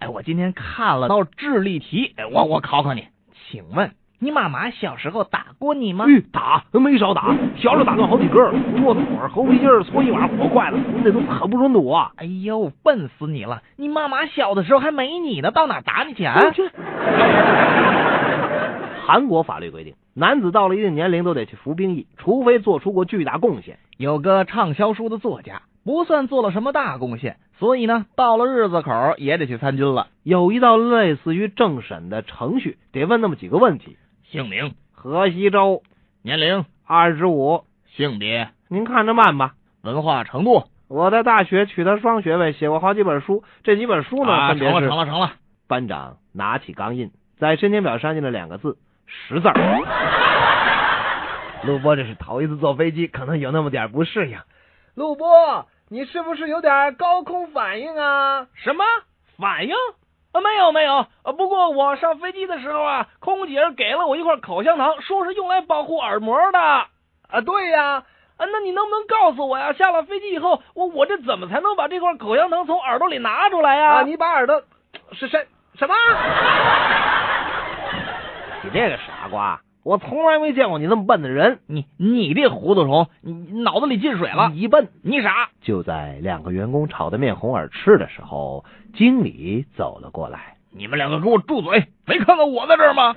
哎，我今天看了道智力题，哎，我我考考你，请问你妈妈小时候打过你吗？嗯，打没少打，小时候打断好几根儿，磨腿儿、猴皮筋儿、搓衣板儿，火筷子，那都可不准赌啊！哎呦，笨死你了！你妈妈小的时候还没你呢，到哪打你去啊？哎去韩国法律规定，男子到了一定年龄都得去服兵役，除非做出过巨大贡献。有个畅销书的作家，不算做了什么大贡献，所以呢，到了日子口儿也得去参军了。有一道类似于政审的程序，得问那么几个问题：姓名、河西州年龄、二十五，性别、您看着办吧。文化程度。我在大学取得双学位，写过好几本书，这几本书呢啊，分别成了，是成……了，成了。班长拿起钢印，在申请表上印了两个字“识字儿 陆波这是头一次坐飞机，可能有那么点不适应。陆波，你是不是有点高空反应啊？什么反应？啊，没有没有，呃不过我上飞机的时候啊，空姐儿给了我一块口香糖，说是用来保护耳膜的。啊，啊，对呀、那你能不能告诉我呀？下了飞机以后，我我这怎么才能把这块口香糖从耳朵里拿出来呀？啊，你把耳朵是什什么？”。 你这个傻瓜，我从来没见过你那么笨的人。你你这糊涂虫，你你脑子里进水嗯了，你笨！你傻。就在两个员工吵得面红耳赤的时候，经理走了过来。你们两个给我住嘴！没看到我在这儿吗？